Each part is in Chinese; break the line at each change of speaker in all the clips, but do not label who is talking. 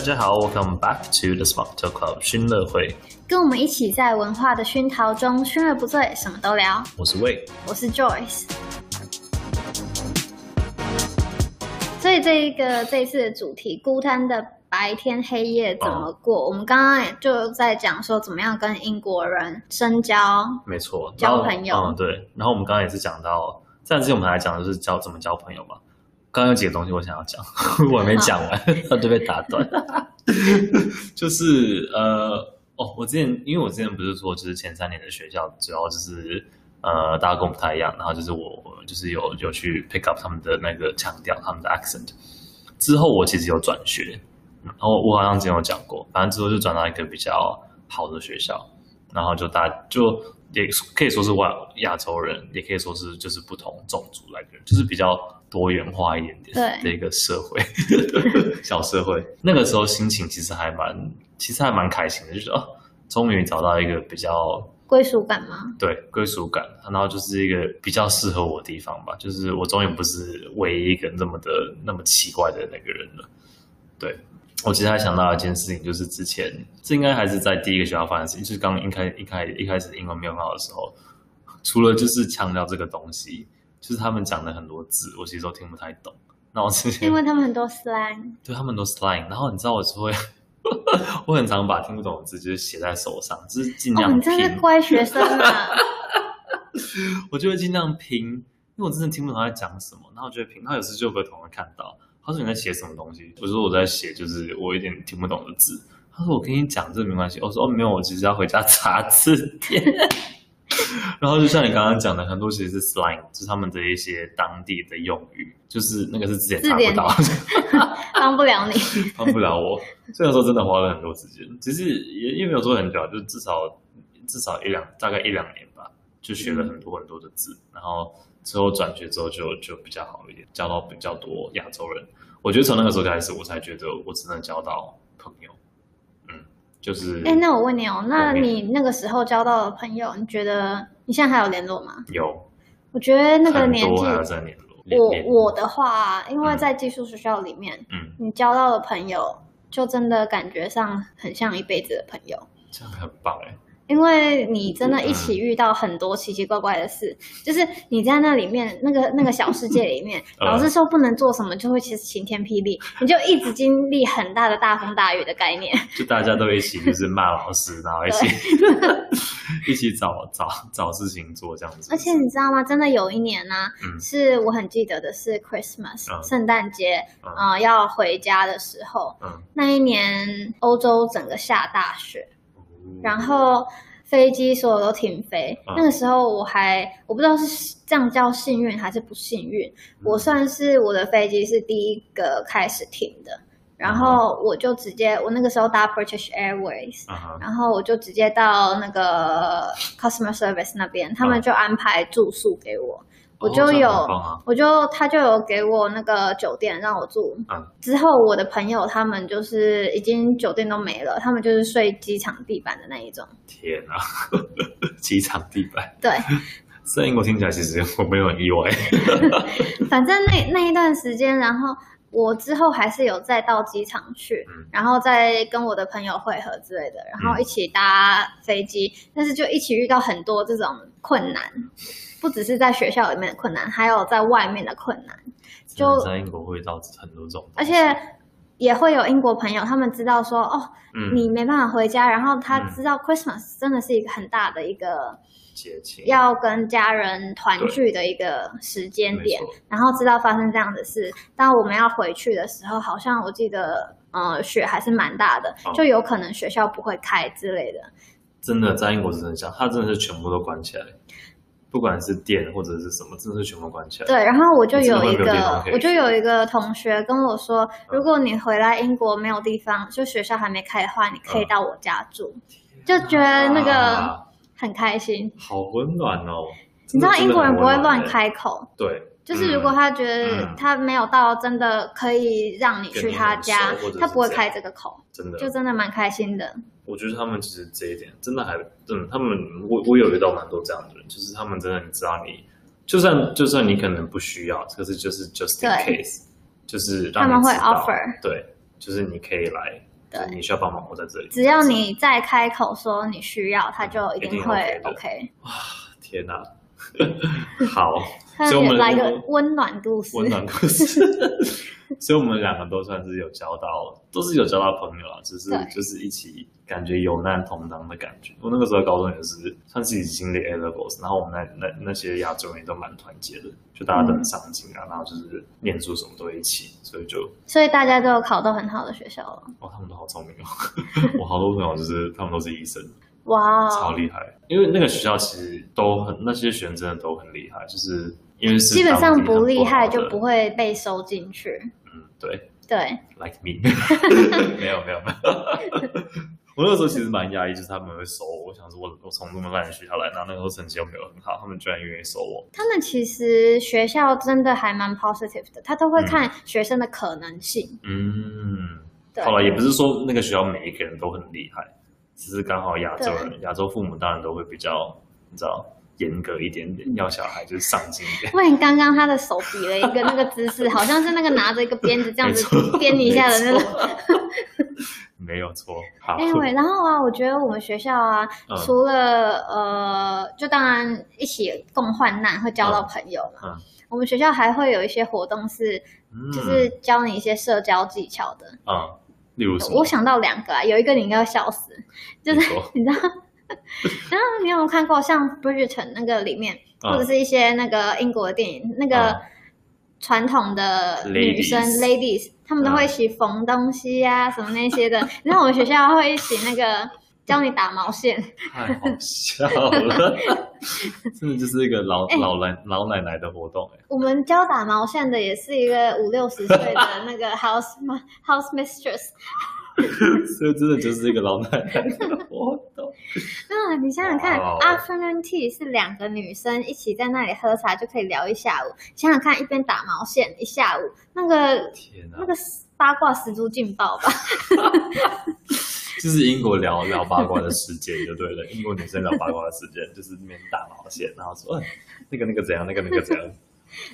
家好，Welcome back to the Smart Talk Club 熏乐会，
跟我们一起在文化的熏陶中，熏而不醉，什么都聊。
我是魏。
我是 Joyce。所以这一个这一次的主题，孤单的白天黑夜怎么过？我们刚刚也就在讲说，怎么样跟英国人深交。
没错，
交
然后
朋友
嗯，对。然后我们刚刚也是讲到，上次我们还讲的是交怎么交朋友嘛。刚刚有几个东西我想要讲， 我还没讲 完，我就被打断。 就是呃，哦，我之前因为我之前不是说，就是前三年的学校主要就是呃，大家跟我不太一样，然后就是我我就是有有去 pick up 他们的那个腔调，他们的 accent。之后我其实有转学，然后我好像之前有讲过，反正之后就转到一个比较好的学校，然后就大就也可以说是外亚洲人，也可以说是就是不同种族来的人，就是比较多元化一点点
对
的一个社会， 小社会。那个时候心情其实还蛮，其实还蛮开心的，就是哦，终于找到一个比较
归属感吗？
对归属感，然后就是一个比较适合我的地方吧，就是我终于不是唯一一个那么的那么奇怪的那个人了。对我其实还想到一件事情，就是之前这应该还是在第一个学校发生的事情，就是刚刚一开一开一开始英文没有很好的时候，除了就是强调这个东西，就是他们讲的很多字，我其实都听不太懂。那我之前
因为他们很多 slang，
对他们都 slang，然后你知道我是会， 我很常把听不懂的字就是写在手上，就是尽
哦，
量
你
拼，
真是乖学生 啊！
我就会尽量拼，因为我真的听不懂他在讲什么，然后我就会拼，然后有时就有个同学看到，他说你在写什么东西，我说我在写就是我有点听不懂的字，他说我跟你讲这没关系，我说哦没有，我其实要回家查字典。 然后就像你刚刚讲的，很多其实是 slang，就是他们的一些当地的用语，就是那个是字典
字
查
典
不到，
帮不了你。
帮不了 我。虽然说真的花了很多时间，其实也也没有说很久，就至少至少一两大概一两年吧，就学了很多很多的字。
嗯
然后之后转学之后就就比较好一点，交到比较多亚洲人。我觉得从那个时候开始，我才觉得我真的交到朋友。嗯，就是
哎，那我问你哦，那
我问
你那个时候交到的朋友，你觉得你现在还有联络吗？
有
我觉得那个
很
年
多啊
纪
还，有在联络。联
我
络
我的话，因为
嗯
在寄宿学校里面，
嗯，
你交到的朋友，就真的感觉上很像一辈子的朋友。
这样很棒哎、
因为你真的一
嗯
起遇到很多奇奇怪怪的事，就是你在那里面那个那个小世界里面，
嗯
老师说不能做什么，就会其实晴天霹雳，你就一直经历很大的大风大雨的概念。
就大家都一起就是骂老师，然后一起 一起找找找事情做这样子。
而且你知道吗？真的有一年呢、
嗯
是我很记得的是 Christmas、
嗯
圣诞节，
嗯
呃，要回家的时候，
嗯，
那一年欧洲整个下大雪，然后飞机所有都停飞。
嗯
那个时候我还我不知道是这样叫幸运还是不幸运，
嗯
我算是我的飞机是第一个开始停的，然后我就直接我那个时候搭 British Airways。
嗯哼，
然后我就直接到那个 customer service 那边，他们就安排住宿给我，我就
啊这样
有
很棒啊
我就他就有给我那个酒店让我住。
嗯
之后我的朋友他们就是已经酒店都没了，他们就是睡机场地板的那一种。
天 啊，机场地板，
对，
在英国听起来其实我没有很意外。
反正那那一段时间，然后我之后还是有再到机场去，
嗯
然后再跟我的朋友会合之类的，然后一起搭飞机，但是就一起遇到很多这种困难，不只是在学校里面的困难，还有在外面的困难，就
真的 在英国会遇到很多这种东西，
而且。也会有英国朋友，他们知道说哦，
嗯，
你没办法回家，然后他
嗯
知道 Christmas 真的是一个很大的一个
节庆
要跟家人团聚的一个时间点。
没错
然后知道发生这样的事，当我们要回去的时候，好像我记得，呃，雪还是蛮大的
哦，嗯
就有可能学校不会开之类的。
真的在英国真的像，它真的是全部都关起来，不管是店或者是什么，真的是全部关起来。
对，然后我就有一
你真的会没有地方
个
可，以
我就有一个同学跟我
嗯
说，如果你回来英国没有地方，就学校还没开的话，你可以
嗯
到我家住，就觉得那个
啊
很开心。
好温暖欸哦。
你知道英国人不会乱
开，
开口，
对，
就是如果他觉得
嗯
他没有到真的可以让你去他家
跟你很熟或者，是
他不会
这样
开这个口，
真的
就真的蛮开心的。
我觉得他们其实这一点真的还，嗯，他们我我有遇到蛮多这样的人，就是他们真的你知道你，就算就算你可能不需要，可是就是 just in
对
case，就是让
他们
你
会
知道
offer
对，就是你可以来
对
你需要帮忙，我在这里。
只要你再开口说你需要，他就一
一定
定会
OK 的
OK。
天哪、 好，
他
所以我们
来个温暖故事，
温暖故事。 所以我们两个都算是有交到，都是有交到朋友啊，只是
对
就是一起感觉有难同当的感觉。我那个时候高中也是算是已经累 A levels，然后我们那那那些亚洲人也都蛮团结的，就大家都很上进
嗯
啊，然后就是念书什么都一起，所以就
所以大家都有考到很好的学校了。
哦，他们都好聪明哦。 我好多朋友就是他们都是医生，
哇、哦
超厉害。因为那个学校其实都很，那些学生真的都很厉害，就是因为是
基本
当
上
地很
不厉害就
好的
不会被收进去。
嗯，对
对，
，like me，没有没有没有。 我那时候其实蛮压抑，就是他们会收我，我想说我我从那么烂的学校来，然后那个时候成绩又没有很好，他们居然愿意收我。
他们其实学校真的还蛮 positive 的，他都会看学生的可能性。
嗯，
对，
好了，也不是说那个学校每一个人都很厉害，只是刚好亚洲人，亚洲父母当然都会比较，你知道，严格一点
嗯
点，要小孩就是上进 一点。
不然刚刚他的手比了一个那个姿势，好像是那个拿着一个鞭子这样子鞭你一下的那种。
没有错，好，
Anyway，然后啊，我觉得我们学校啊，
嗯
除了呃，就当然一起共患难会交到朋友嘛。
嗯
我们学校还会有一些活动是，
嗯
就是教你一些社交技巧的。
嗯，例如什么？
我想到两个啊，有一个你应该会笑死，就
你
是
说
你知道，然后你有没有看过像《Bridgerton》那个里面，或者
嗯
是一些那个英国的电影，那个
嗯
传统的女生
Ladies 嗯
ladies，她们都会一起缝东西呀、什么那些的。然后我们学校会一起那个教你打毛线，
太好笑 了，真的就是一个老
哎
老奶老奶奶的活动哎，
我们教打毛线的也是一个五六十岁的 那个 house ma- house mistress。
所以真的就是一个老奶 奶的活动。
那嗯你想想看
哇
啊
哦
，afternoon tea 是两个女生一起在那里喝茶就可以聊一下午。想想看，一边打毛线一下午，那个
天啊哪
那，个八卦十足劲爆吧？
就是英国聊聊八卦的时间就对了，英国女生聊八卦的时间就是那边打毛线，然后说，哎，那个那个怎样，那个那个怎样，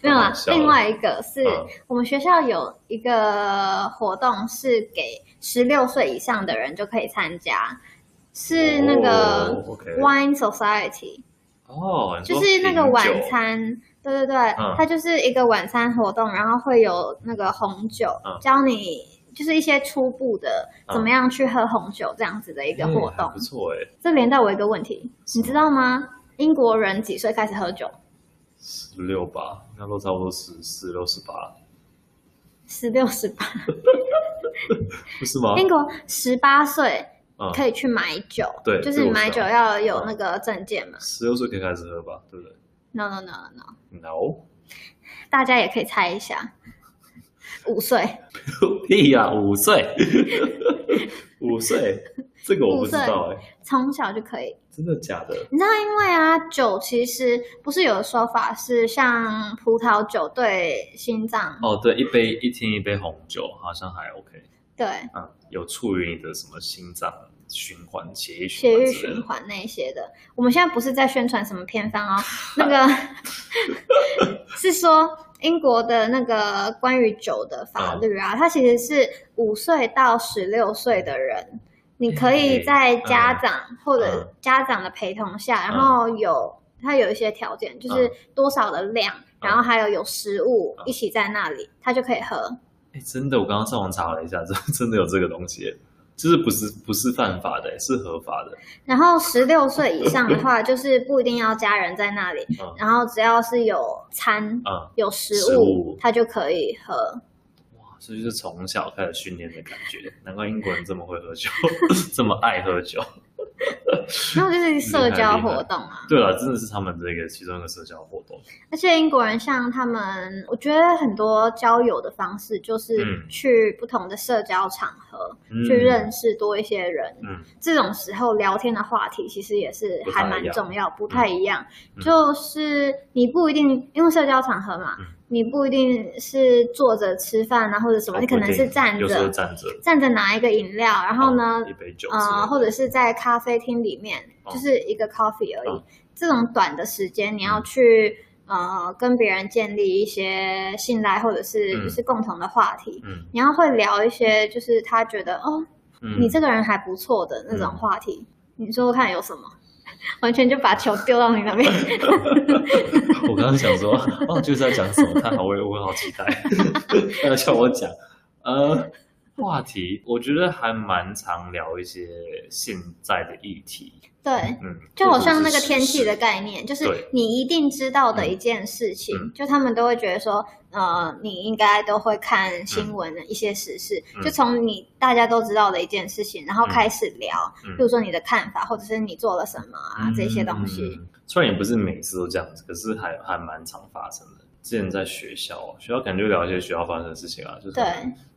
没有啦
太好，笑了
另外一个是、
嗯
我们学校有一个活动是给十六岁以上的人就可以参加， 是那个
哦，OK
Wine Society，、
哦，你说
就是那个
品
晚
酒
餐。对对对，
嗯
它就是一个晚餐活动，然后会有那个红酒，
嗯
教你就是一些初步的
嗯
怎么样去喝红酒这样子的一个活
哎
动
还。不错哎，
这连带我一个问题，
什
你
么
知道吗？英国人几岁开始喝酒？
十六吧，应该都差不多十十六十八，
十六、十八，
不是吗？
英国十八岁
哦嗯，
可以去买酒，
对
就
这
是
个我
买
知
酒
道
要有那个证件嘛。
十六岁可以开始喝吧，对不对
No no no no no，
？No。
大家也可以猜一下，五岁，
屁呀、五岁， 五岁，这个我不知道哎、
从小就可以。
真的假的？
你知道，因为啊，酒其实不是有的说法是像葡萄酒对心脏，
哦，对，一杯一天一杯红酒好像还 OK，
对
嗯，有促于你的什么心脏循环、血液
血
循环之类
液循
的。
环那些的。我们现在不是在宣传什么偏 方哦，那个是说英国的那个关于酒的法律啊，它其实是五岁到十六岁的人，你可
哎
以在
啊
家长或者家长的陪同下，然后有它有一些条件，
啊
就是多少的量，然后还有有食物
嗯
一起在那里，它就可以喝。
哎，真的，我刚刚上网查了一下，真 真的有这个东西欸，就是不是不是犯法的欸，是合法的。
然后十六岁以上的 话，就是不一定要家人在那里，
嗯
然后只要是有餐
嗯，
有食
食
物
物，
它就可以 喝。
哇，这就是从小开始训练的感觉，难怪英国人这么会喝酒， 这么爱喝酒。
然后就是社交
厉害厉害
活动啊，
对了，真的是他们这个其中一个社交活动。
而且英国人像他们，我觉得很多交友的方式就是
嗯
去不同的社交场合、
嗯
去认识多一些人。
嗯
这种时候聊天的话题其实也是还蛮重要，不太一样。
嗯
就是你不一定因为社交场合嘛，
嗯
你不一定是坐着吃饭啊或者什么，
哦
你可能是
不一定
站
有时候哦
着
站着，
站着拿一个饮料，然后呢
一杯酒之类的，
呃，或者是在咖啡厅里面，
哦
就是一个 coffee 而已。
哦嗯
这种短的时间，你要去、呃跟别人建立一些信赖，或者是
嗯
就是共同的话题，
嗯
你要会聊一些，就是他觉得哦，
嗯
你这个人还不错的那种
嗯
话题，你说说看有什么？ 完全就把球丢到你 那边。
我刚刚想说， 哦，就是在讲什么？他好，我也我好期待， 他叫我讲。呃，话题我觉得还蛮常聊一些现在的议题，
对，
嗯，
就好像那
或
个
者是
天气的
时事，
概念，就是
对
你一定知道的一件事情，
嗯
就他们都会觉得说，呃，你应该都会看新闻的一些时事，
嗯
就从你大家都知道的一件事情，然后开始聊，
嗯
比如说你的看法，或者是你做了什么啊、这些东西。
嗯虽然也不是每次都这样子，可是还还蛮常发生的。之前在学校，啊学校感觉聊一些学校发生的事情啊，就是
对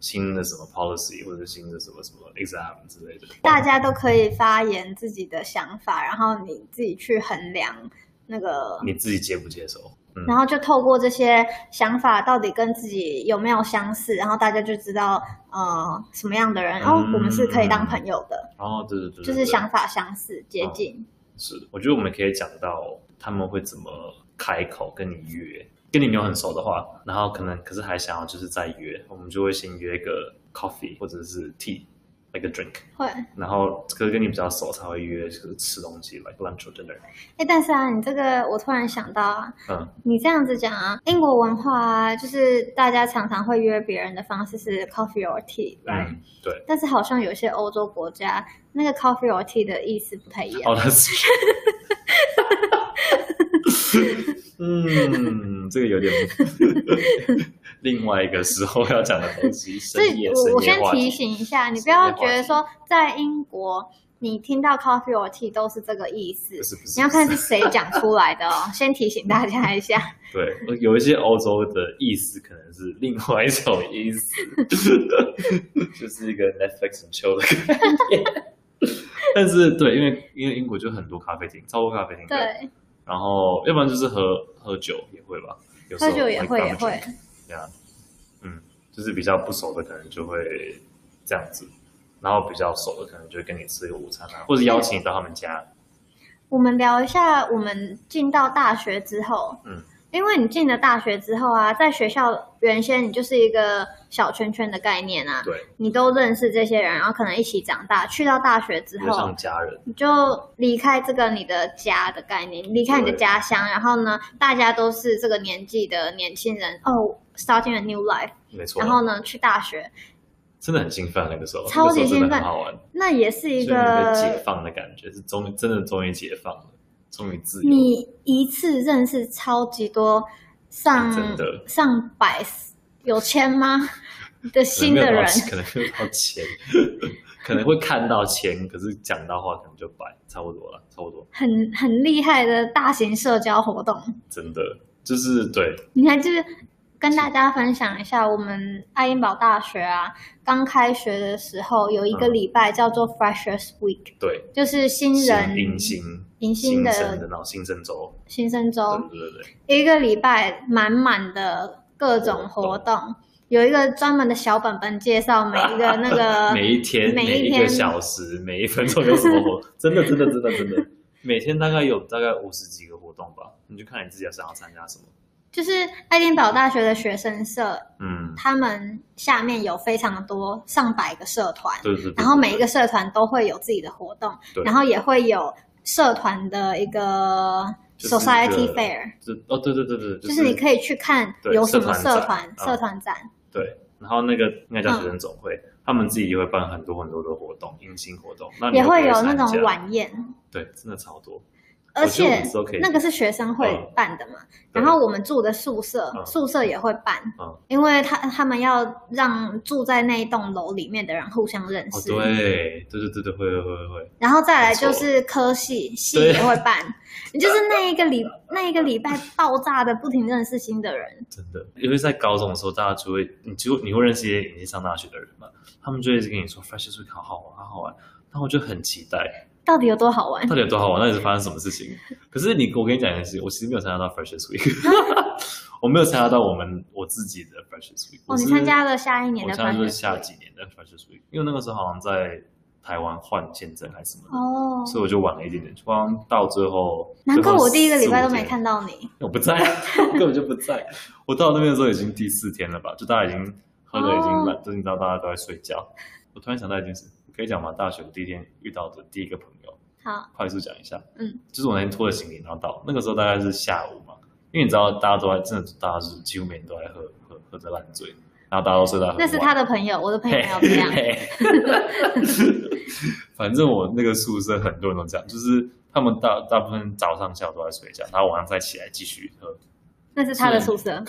新的什么 policy 或者新的什么什么 exam 之类的。
大家都可以发言自己的想法，然后你自己去衡量那个
你自己接不接受？嗯
然后就透过这些想法到底跟自己有没有相似，然后大家就知道，呃，什么样的人，哦，
嗯
我们是可以当朋友的，
然哦后对对对，对
就是
对
想法相似、接近。
是的，我觉得我们可以讲到他们会怎么开口跟你约，跟你没有很熟的话，然后可能可是还想要就是再约，我们就会先约个 coffee 或者是 tea。like a drink，
会，哎，
然后可是跟你比较熟才会约，就是吃东西，like lunch or dinner。
但是啊，你这个我突然想到啊，
嗯，
你这样子讲啊，英国文化啊，就是大家常常会约别人的方式是 coffee or tea，、right？
嗯，对。
但是好像有些欧洲国家那个 coffee or tea 的意思不太一样。
哦，那是。 嗯，这个有点另外一个时候要讲的东西。
所
深
以
夜，
我我
深夜
先
话
提
题。
醒一下，你不
深夜
要
话
觉得
题
说在英国你听到 coffee or tea 都是这个意思
不，是不是，
你要看
不
是
是
谁讲出来的哦。先提醒大家一 下，
对，有一些欧洲的意思可能是另外一种意思，就是一个 Netflix and chill 的概念。 但是对，因为因为英国就很多咖啡厅，超多咖啡厅。。
对，
然后，要不然就是喝喝酒也会吧，有时
喝
候
酒也
like
会
double
也会
drink，，对啊，嗯，就是比较不熟的可能就会这样子，然后比较熟的可能就会跟你吃个午餐啊，或者邀请你到他们家。
我们聊一下，我们进到大学之后，
嗯，
因为你进了大学之后啊，在学校原先你就是一个小圈圈的概念啊，
对，
你都认识这些人，然后可能一起长大。去到大学之
约
后，
上家人，
你就离开这个你的家的概念，离开你的
对
家乡，然后呢，大家都是这个年纪的年轻人哦，starting a new life，
没错，
然后呢，去大学，
真的很兴奋那个时候，
超级
那个时候真的
兴奋
很好玩，
那也是
就
一
是个解
个
放的感觉，是终真的终于解放了，终于自由了，
你一次认识超级多上
真的
上百有千吗 的新的人，
可能没有到钱， 可能会看到钱，可是讲到话可能就摆，差不多了，差不多。
很很厉害的大型社交活动。
真的就是对，
你还就是跟大家分享一下，我们爱丁堡大学啊，刚开学的时候有一个
嗯
礼拜叫做 Freshers Week，、
对，
就是新人
迎新
迎新
新
的
生的那种新生周，
新生周，
对对对，
一个礼拜满满的各种活动，有一个专门的小本本介绍每一个那 个
每一天
哦每一
一
天
个小时每一分钟有什么活， 真的真的真的真的，每天大概有大概五十几个活动吧，你就看你自己想要参加什么。
就是爱丁堡大学的学生社，
嗯，
他们下面有非常多上百个社团，
对对对，
然后每一个社团都会有自己的活动，
对
然后也会有社团的一个
就是一个
society fair，
对哦对对对对，、
就是是你可以去看
对
有什么社
社
团
团展、啊
社团展。
对，然后那个应该叫
嗯
学生总会。他们自己也会办很多很多的活动，迎新活动，那你
也
又
会
可以
有那
参
种
加，
晚宴，
对，真的超多，
而
我觉得我
且
们之后可以
那个是学生会
嗯
办的嘛。
对
然后我们住的宿舍，
嗯
宿舍也会办
嗯，
因为他他们要让住在那一栋楼里面的人互相认
哦
识。
对，对对对对，会会会会，
然后再来就
没错
是科系，系
对
也会 办。你就是那一个礼那一个礼拜爆炸的不停认识新的人，
真的，因为在高中的时候，大家就会，你就你会认识一些已经上大学的人嘛，他们就会一直跟你说 Fresh Week 好好玩，好好玩。然后我就很期待，
到底有多好玩
到？底有多好玩？到底是发生什么事 情？可是你，我跟你讲一件事情，我其实没有参加到 Fresh Week，我 没有参加到我们我自己的 Fresh Week。
哦，
我
你
是
参加了下一年
我
的
参加就
Freshers
是下
Week
几年的 Fresh Week，因为那个时候好像在台湾换签证还是什么的，
哦，
所以我就晚了一点点，好像到最后。
难怪我第一个礼拜
最后
都
四五
没
天
看到你。
我不在，啊 我根本就不在。我到那边的时候已经第四天了吧，就大家已经喝的已经
哦
烂，就是你知道大家都在睡觉，我突然想到一件事，可以讲吗？大学第一天遇到的第一个朋友，
好，
快速讲一下。
嗯，
就是我那天拖着行李，然后到那个时候大概是下午嘛，因为你知道大家都在，真的大家是几乎每天都在喝喝喝着烂醉，然后大家都睡到很晚。
那是他的朋友，我 的朋友
哎
没有这样。
嘿反正我那个宿舍很多人都这样，就是他们大大部分早上下午都在睡觉，然后晚上再起来继续喝。
那是他的宿舍，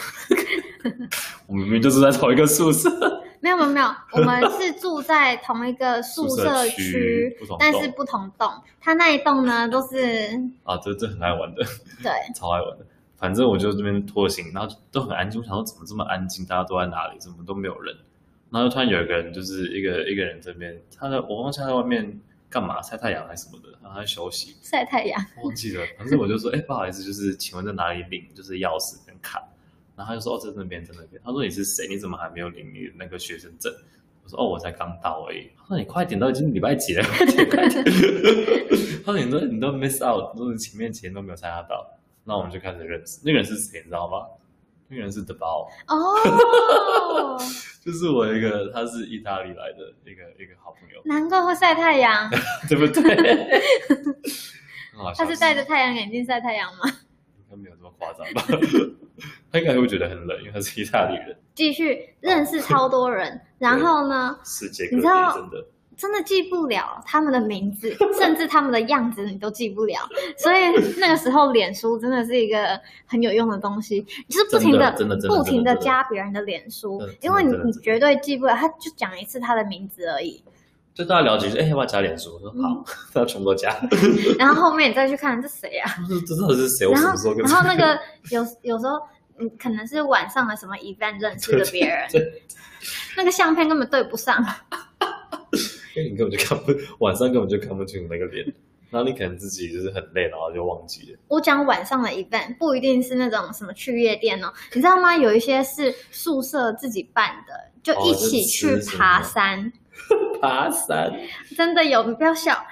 我们明明就是在同一个宿 舍，
没有没有 没有，我们是住在同一个宿
宿
舍
舍区不同栋
但是不同栋。他那一栋呢都是
啊，这这很爱玩的，
对，
超爱玩的。反正我就这边拖行，然后都很安静。我想说怎么这么安静，大家都在哪里，怎么都没有人。然后突然有一个人，就是一个一个人这边，他在我忘记他在外面干嘛晒太阳还是什么的，然后他在休息。
晒太 阳。
忘记了，反正我就说，哎、不好意思，就是请问在哪里领，就是钥匙跟卡。然后他就说，哦，在那边，在那边。他说你是谁？你怎么还没有领你的那个学生证？我说，哦，我才刚到而已。他说你快点，都已经礼拜几了，快点快点。他说你都你都 miss out，就是前面几天都没有参加到。那我们就开始认识，那个人是谁，你知道吗？那个人是德包，
哦，
就是我一个，他是意大利来的一个一个好朋友，
难怪会晒太阳。
对不 对？很好笑
他是戴着太阳眼镜晒太阳吗？
应该没有这么夸张吧？ 他应该会觉得很冷，因为他是意大利人，
继续认识超多 人，然后呢，
世界各
你
地
知道
真的。
真的记不了他们的名字， 甚至他们的样子你都记不了。所以那个时候，脸书真的是一个很有用的东西，你就是不停地
真的真的真的
不停的
真的
加别人的脸书
真的，
因为你
真的
你
真的
绝对记不了，他就讲一次他的名字而已。
就大家了解，就哎、要不要加脸书？我说
嗯
好，那全部都加。
然后后面你再去看这谁啊？
他说这到底是谁？我
然
什
后
么时候跟
然后那个有有时候。你可能是晚上的什么 event 认识的别人
对，
那个相片根本对不上。
因为你根本就看不，晚上根本就看不清楚那个脸。然后你可能自己就是很累，然后就忘记了。
我讲晚上的 event 不一定是那种什么去夜店哦，你知道吗？有一些是宿舍自己办的，
哦
就一起去爬山，
爬山，
真的有，你不要笑。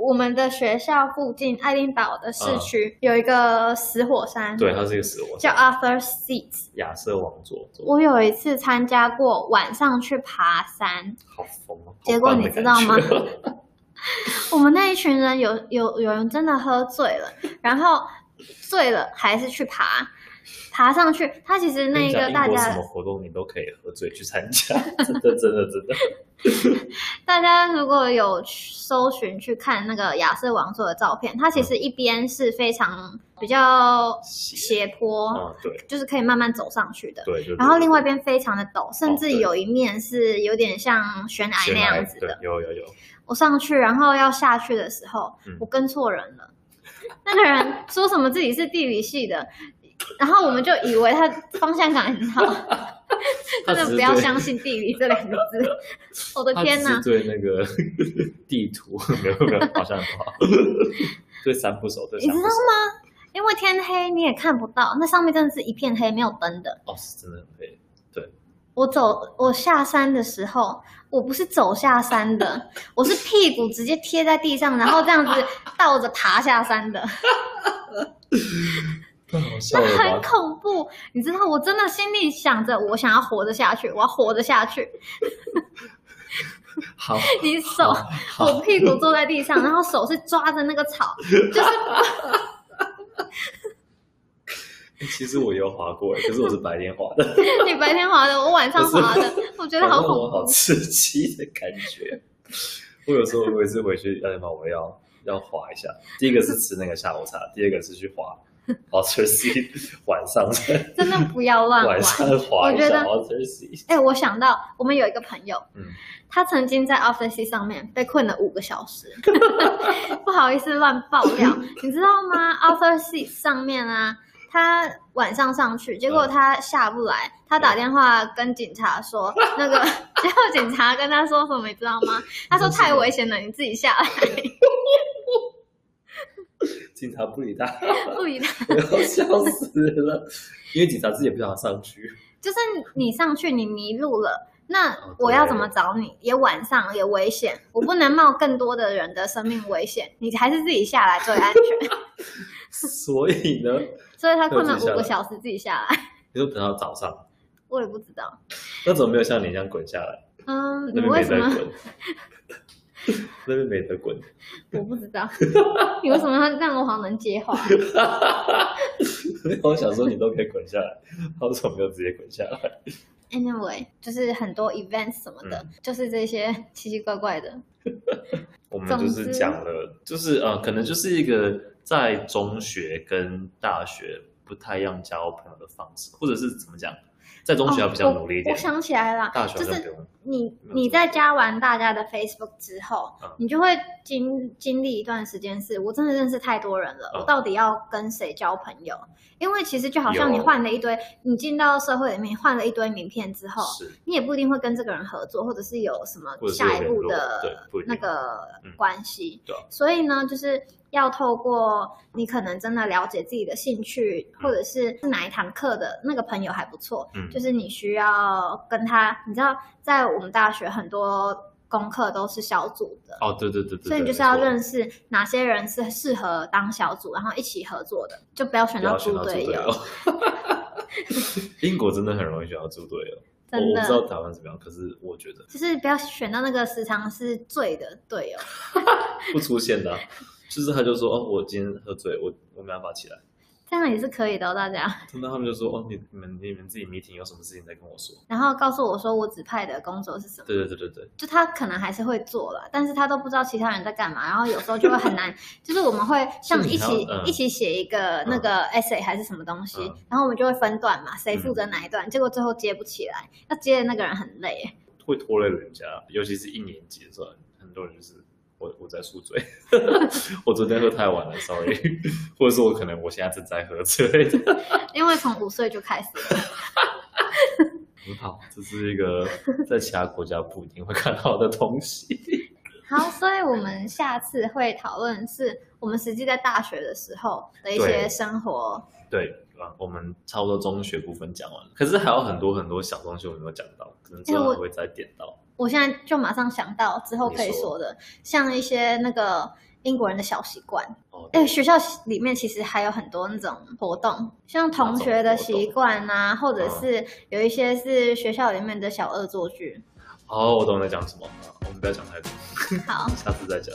我们的学校附近爱丁堡的市区、有一个死火山，
啊对，他是一个死亡
叫 Arthur Seat。
亚瑟王座，
我有一次参加过晚上去爬山，
好疯啊！
结果
好棒
你
的
知道吗
感觉？
我们那一群人有有有人真的喝醉了，然后醉了还是去爬，爬上去。他其实
跟
那个
你讲
大
英国
家
什么活动你都可以喝醉去参加，真的真的真的。
大家如果有去搜寻去看那个亚瑟王座的照片，它其实一边是非常比较斜坡，
嗯，对
就是可以慢慢走上去的。
对，就
哦然后
是
另外一边非常的陡，甚至
对
有一面是有点像悬崖
先
那
来
样子的。
哦对有有有，
我上去，然后要下去的时候，
嗯
我跟错人了。 那个人说什么自己是地理系的，然后我们就以为他方向感很好，
他只
真的
是
不要
对
相信地理这两个 字。我的
他
天
只
哪
是！对那个地图没有没有好像很好，对山不熟，对
你
山
知
不熟。
道吗？因为天黑你也看不到，那上面真的是一片黑，没有灯的。
哦，是真的很累。
我走，我下山的时候，我不是走下山的，我是屁股直接贴在地上，然后这样子倒着爬下山的。
太好 笑
那
了
很
吧？
恐怖，你知道，我真的心里想着，我想要活着下去，我要活着下去。
好，
你手，
好
我屁股坐在地上，然后手是抓着那个草，
其实我有滑过，可是我是白天滑的，
你白天滑的，我晚上滑的，我觉得好恐
好
怖。
刺激的感觉。我有时候我也是回去要什么，我要要滑一下。第一个是吃那个下午茶，第二个是去滑 Otter Sea，晚上
真的不要乱玩
晚。上滑一
我觉
下
得
Otter Sea。
哎、我想到我们有一个朋友，
嗯
他曾经在 Office Sea 上面被困了五个小 时，不好意思乱爆料，你知道吗？Office Sea 上面啊，他晚上上去，结果他下不来，他打电话跟警察说，那个 结果警察跟他说什么，你知道吗？他说太危险了，你自己下来，
警察不理他，
不理他。
我要笑死了，因为警察自己也不想上 去。
就是你上去你迷路了，那
哦对
我要怎么找你？也晚上也危 险，我不能冒更多的人的生命危险，你还是自己下来最安 全。
所以呢，
所以他困
那
了
自
五
己下来
个小时自己下来，
你就等到早上，
我也不知道。
那怎么没有像你一样滚下来？
嗯，你
那边
为
没
什
得
么？
滚， 那边没得滚。
我不知道，你为什么要让我好能接 话？
我想说你都可以滚下来，他为什么没有直接滚下来？
Anyway，就是很多 events 什么的，
嗯
就是这些奇奇怪怪的。
我们就是讲了，就是呃，可能就是一个在中学跟大学不太一样交朋友的方式，或者是怎么讲，在中学要比较努力一
哦我。
点，
我想起来了，
大学
就
好像不
是
用。
你
嗯
你在加完大家的 Facebook 之后，
嗯
你就会经经历一段时间是，我真的认识太多人了，
嗯
我到底要跟谁交朋友？因为其实就好像
有
你换了一堆，你进到社会里面换了一堆名片之后，
是
你也不一定会跟这个人合作，或者是有什么
或者是有
下一步
联
的
络对不一定
那个
嗯
关系。
对啊
所以呢，就是要透过你可能真的了解自己的兴趣，
嗯
或者是哪一堂课的那个朋友还不错，
嗯
就是你需要跟他，你知道，在我们大学很多功课都是小组的。
哦，对对对对对，
所以你就是要
没错
认识哪些人是适合当小组，然后一起合作的，就不要选
不要选
猪
到猪
队
队友。 英国真的很容易选到猪队友， 我
真
我不知道
的
台湾怎么样，可是我觉得
就是不要选到那个时常是醉的队友。
不出现的啊、就是他就说哦，我今天喝醉，我我没办法起来。
这样也是可以的、哦，大家。
那他们就说哦，你你们你们自己 meeting 有什么事情再跟我说。
然后告诉我说我指派的工作是什么，
对对对对对，
就他可能还是会做了，但是他都不知道其他人在干嘛，然后有时候就会 很难。就是我们会像
是
一
你还
起、
要嗯
一起写一个那个 essay 还是什么东西，
嗯
然后我们就会分段嘛，谁负责哪一段，结果最后接不起来，那接的那个人很累耶。
会拖累人家，尤其是一年级的时候，很多人就是我我在宿醉， 我昨天喝太晚了，sorry，或者 是我可能我现在正在喝之类的。
因为从五岁就开始了，
很好，这是一个在其他国家不一定会看到的东西。
好，所以我们下次会讨论是我们实际在大学的时候的一些
对
生活
对，啊，我们差不多中学部分讲完了，可是还有很多很多小东西我们没有讲到，可能之后还会再点到。
我现在就马上想到之后可以
你说
说的，像一些那个英国人的小习惯。
哦，
哎，学校里面其实还有很多那种活动，像同学的习惯啊，或者是有一些是学校里面的小恶作剧。
哦，我懂你在讲什么，好我们不要讲太多，
好，
下次再讲。